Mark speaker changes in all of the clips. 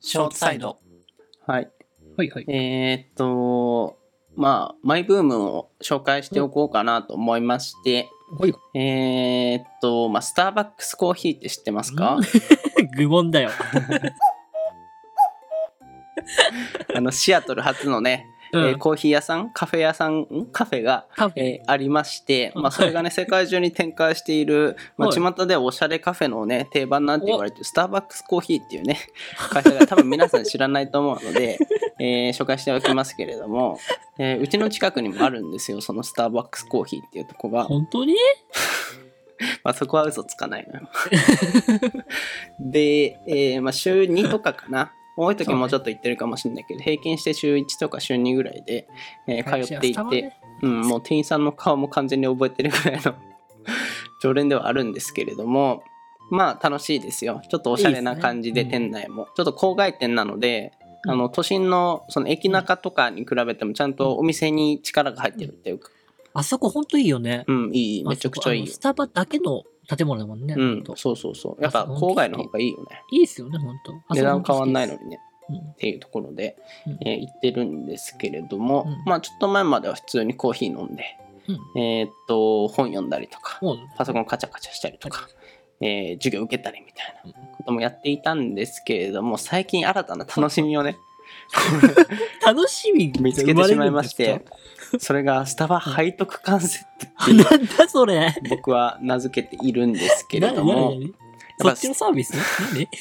Speaker 1: ショートサイド。
Speaker 2: はい。
Speaker 3: はいはい。
Speaker 2: えーっと、まあ、マイブームを紹介しておこうかなと思いまして、
Speaker 3: はい。
Speaker 2: えーっと、まあ、スターバックスコーヒーって知ってますか
Speaker 3: 愚問だよ。
Speaker 2: あの、シアトル初のね、
Speaker 3: うん
Speaker 2: えーコーヒー屋さん、カフェ屋さん、んカフェが、
Speaker 3: カフェ。
Speaker 2: えーありまして、
Speaker 3: うん
Speaker 2: まあ、それがね、世界中に展開している、まあ、
Speaker 3: はい
Speaker 2: 巷ではおしゃれカフェのね、定番なんて言われてる、スターバックスコーヒーっていうね、会社が多分皆さん知らないと思うの で、えー紹介しておきますけれども、えーうちの近くにもあるんですよ、そのスターバックスコーヒーっていうとこが。
Speaker 3: 本当に
Speaker 2: まあ、そこは嘘つかないな。 で、えーまあ、週2とかかな。多い時もうちょっと行ってるかもしれないけど、平均して週1とか週2ぐらいで、えー通ってい
Speaker 3: スタバ
Speaker 2: て、
Speaker 3: ね
Speaker 2: うん、もう店員さんの顔も完全に覚えてるぐらいの常連ではあるんですけれどもまあ楽しいですよちょっとおしゃれな感じで
Speaker 3: いいですね
Speaker 2: 店内も、ちょっと郊外店なので、
Speaker 3: うん
Speaker 2: あの都心のその駅中とかに比べてもちゃんとお店に力が入ってるっていうか
Speaker 3: あそこ本当いいよね。
Speaker 2: うんいいめちゃくちゃい
Speaker 3: あそこあの
Speaker 2: い
Speaker 3: スタバだけの建物だもんね。
Speaker 2: う
Speaker 3: ほ
Speaker 2: ん
Speaker 3: と
Speaker 2: そうそうそうやっぱ郊外の方がいいよね
Speaker 3: いいですよね、本当あそこ
Speaker 2: 値段変わんないのにね
Speaker 3: うん
Speaker 2: っていうところで、
Speaker 3: うん
Speaker 2: えー行ってるんですけれども、
Speaker 3: うん
Speaker 2: まあちょっと前までは普通にコーヒー飲んで、
Speaker 3: う
Speaker 2: えーっと本読んだりとか
Speaker 3: もう、
Speaker 2: パソコンカチャカチャしたりとか、えー授業受けたりみたいなこともやっていたんですけれども最近新たな楽しみを ね
Speaker 3: 楽しみが
Speaker 2: 見つけてしまいましてそれがスタバ背徳感セ
Speaker 3: 生
Speaker 2: ッ
Speaker 3: ま
Speaker 2: トって
Speaker 3: れるんですか。なんだそれ。
Speaker 2: 僕は名付けているんですけれど
Speaker 3: な
Speaker 2: も
Speaker 3: になになに
Speaker 2: やっ
Speaker 3: そ
Speaker 2: ぱ
Speaker 3: っちのサービス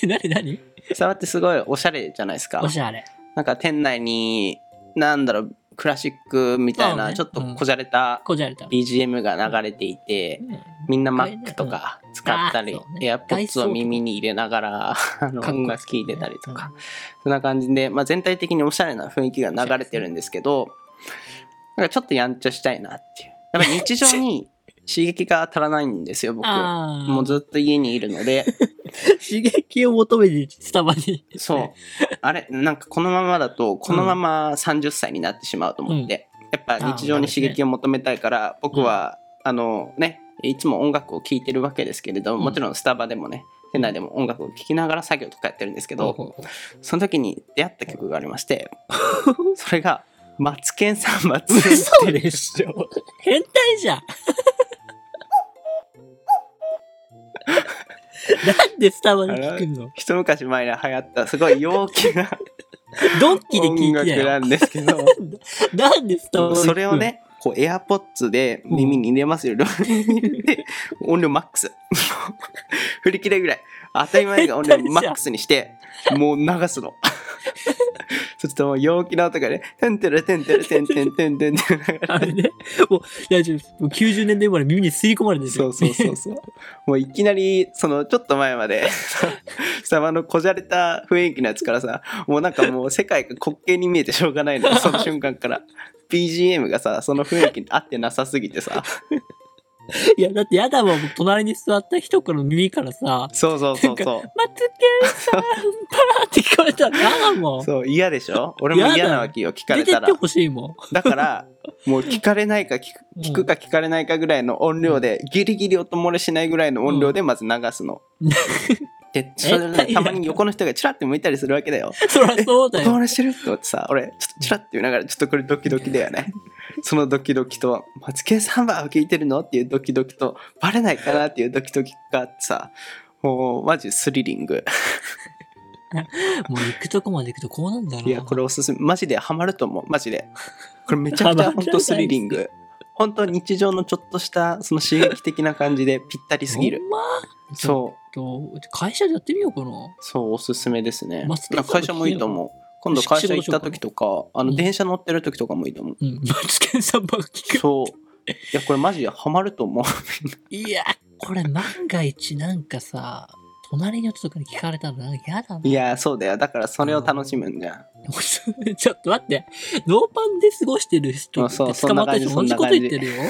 Speaker 3: 何何 何
Speaker 2: スタバってすごいおしゃれじゃないですか
Speaker 3: おしゃれ。
Speaker 2: なんか店内になんだろうクラシックみたい
Speaker 3: そう
Speaker 2: な
Speaker 3: ね
Speaker 2: ちょっとこじゃれた
Speaker 3: こじゃれた。
Speaker 2: BGM が流れていて、みんな Mac とか使った
Speaker 3: あ
Speaker 2: り
Speaker 3: ーそう、ね
Speaker 2: エアポッツを耳に入れながら、あの
Speaker 3: かっこいい
Speaker 2: 音楽聴いてたりとか、そんな感じで、まあ、全体的におしゃれな雰囲気が流れてるんですけど、なんかちょっとやんちゃしたいなっていう。やっぱり日常に刺激が足らないんですよ、僕。
Speaker 3: ああ。
Speaker 2: もうずっと家にいるので、
Speaker 3: 刺激を求めてスタバに。
Speaker 2: そう。あれ、なんかこのままだと、このまま30歳になってしまうと思って、やっぱ日常に刺激を求めたいから、僕は、あのね、いつも音楽を聴いてるわけですけれども、
Speaker 3: うん
Speaker 2: もちろんスタバでもね、店内でも音楽を聴きながら作業とかやってるんですけど、
Speaker 3: ほうほう
Speaker 2: その時に出会った曲がありま して、それが、マツケンサンバ2
Speaker 3: 嘘
Speaker 2: ってい
Speaker 3: で
Speaker 2: う
Speaker 3: しょ。変態じゃん。なんでスタバで聞くの
Speaker 2: 一昔前に流行ったすごい陽気 な
Speaker 3: ドンキで聞
Speaker 2: 音
Speaker 3: い
Speaker 2: 楽
Speaker 3: てた
Speaker 2: な
Speaker 3: よ。
Speaker 2: んですけど、
Speaker 3: なんでスタバで聞くの
Speaker 2: それを。ね、こう、エアポッツで耳に入れますよ。で、音量マックス。振り切れぐらい。当たり前が音量マックスにして、もう流すの。そうするともう陽気な音がね、てんてるてんてるてんてんてんてんてんて
Speaker 3: あれね。もう、大丈夫。もう90年代生まれ耳に吸い込まれてる。
Speaker 2: そうそうそうそう。もういきなり、その、ちょっと前まで、スタバのこじゃれた雰囲気のやつからさ、もうなんかもう世界が滑稽に見えてしょうがないのよその瞬間から。BGM がさ、その雰囲気に合ってなさすぎてさ。
Speaker 3: いや、だってやだもん。もう隣に座った人から耳からさ、
Speaker 2: そうそうそう
Speaker 3: な
Speaker 2: そ
Speaker 3: マツケンさんだって聞こえたらやだも
Speaker 2: う。
Speaker 3: ん。
Speaker 2: そう、嫌でしょ俺も嫌なわけよ、聞かれ
Speaker 3: 出て
Speaker 2: た
Speaker 3: っ
Speaker 2: ら
Speaker 3: て。ほしいもん。
Speaker 2: だから、もう聞かれないか聞く
Speaker 3: うん
Speaker 2: 聞くか聞かれないかぐらいの音量で、ギリギリ音漏れしないぐらいの音量でまず流す の。で、それでねたまに横の人がチラッて向いたりするわけだよ。
Speaker 3: そりゃそうだ
Speaker 2: 音漏
Speaker 3: よ。
Speaker 2: れしてるって思ってさ、俺、ちょっとチラッて言いながら、ちょっとこれドキドキだよ ね。そのドキドキと、マツケンサンバーを聞いてるのっていうドキドキと、バレないかなっていうドキドキがあってさ、もうマジスリリング。
Speaker 3: もう行くとこまで行くとこうなんだろうな。
Speaker 2: いや、これおすすめ。マジでハマると思う。マジで。これめちゃくちゃ本当スリリング。本当日常のちょっとしたその刺激的な感じでぴったりすぎる
Speaker 3: ほ。んま
Speaker 2: そう、
Speaker 3: そう。会社でやってみようかな。
Speaker 2: そうおすすめですね。
Speaker 3: マスケ
Speaker 2: なんか会社もいいと思う。今度会社行った時とか、あの
Speaker 3: うん
Speaker 2: 電車乗ってる時とかもいいと思う。
Speaker 3: うん。マ ツケンさんばっか聞く。
Speaker 2: そう。いや、これマジでハマると思う。
Speaker 3: いや、これ万が一なんかさ、隣の人とかに聞かれたらなんか嫌だな。
Speaker 2: いや、そうだよ。だからそれを楽しむんじゃん。
Speaker 3: ちょっと待って。ノーパンで過ごしてる人
Speaker 2: あ
Speaker 3: って
Speaker 2: そう
Speaker 3: 捕まった人
Speaker 2: そ
Speaker 3: 同
Speaker 2: ん
Speaker 3: じ
Speaker 2: な
Speaker 3: こと
Speaker 2: 感じ
Speaker 3: 言ってるよ。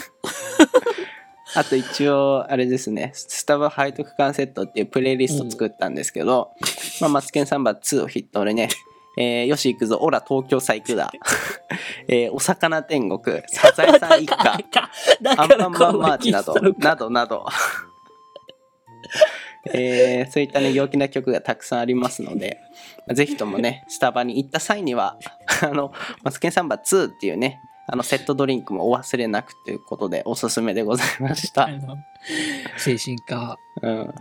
Speaker 2: あと一応、あれですね、スタバ背徳感セットっていうプレイリスト作ったんですけ ど、まあ、マツケンサンバ2を筆頭にね、えーよし行くぞ、オラ 東京最強だ、えーお魚天国、サザエ さん一 家、
Speaker 3: だ
Speaker 2: ア
Speaker 3: か
Speaker 2: ン
Speaker 3: ら
Speaker 2: パンマンマー
Speaker 3: こ
Speaker 2: チ
Speaker 3: れ
Speaker 2: など
Speaker 3: 聞いたの、か
Speaker 2: などなど、えーそういったね、陽気な曲がたくさんありますので、ぜひともね、スタバに行った際には、 あの、マツケンサンバ2っていうね、あの、セットドリンクもお忘れなくという ことで、おすすめでございまし
Speaker 3: あ
Speaker 2: た。Uh,
Speaker 3: の精神科
Speaker 2: うん。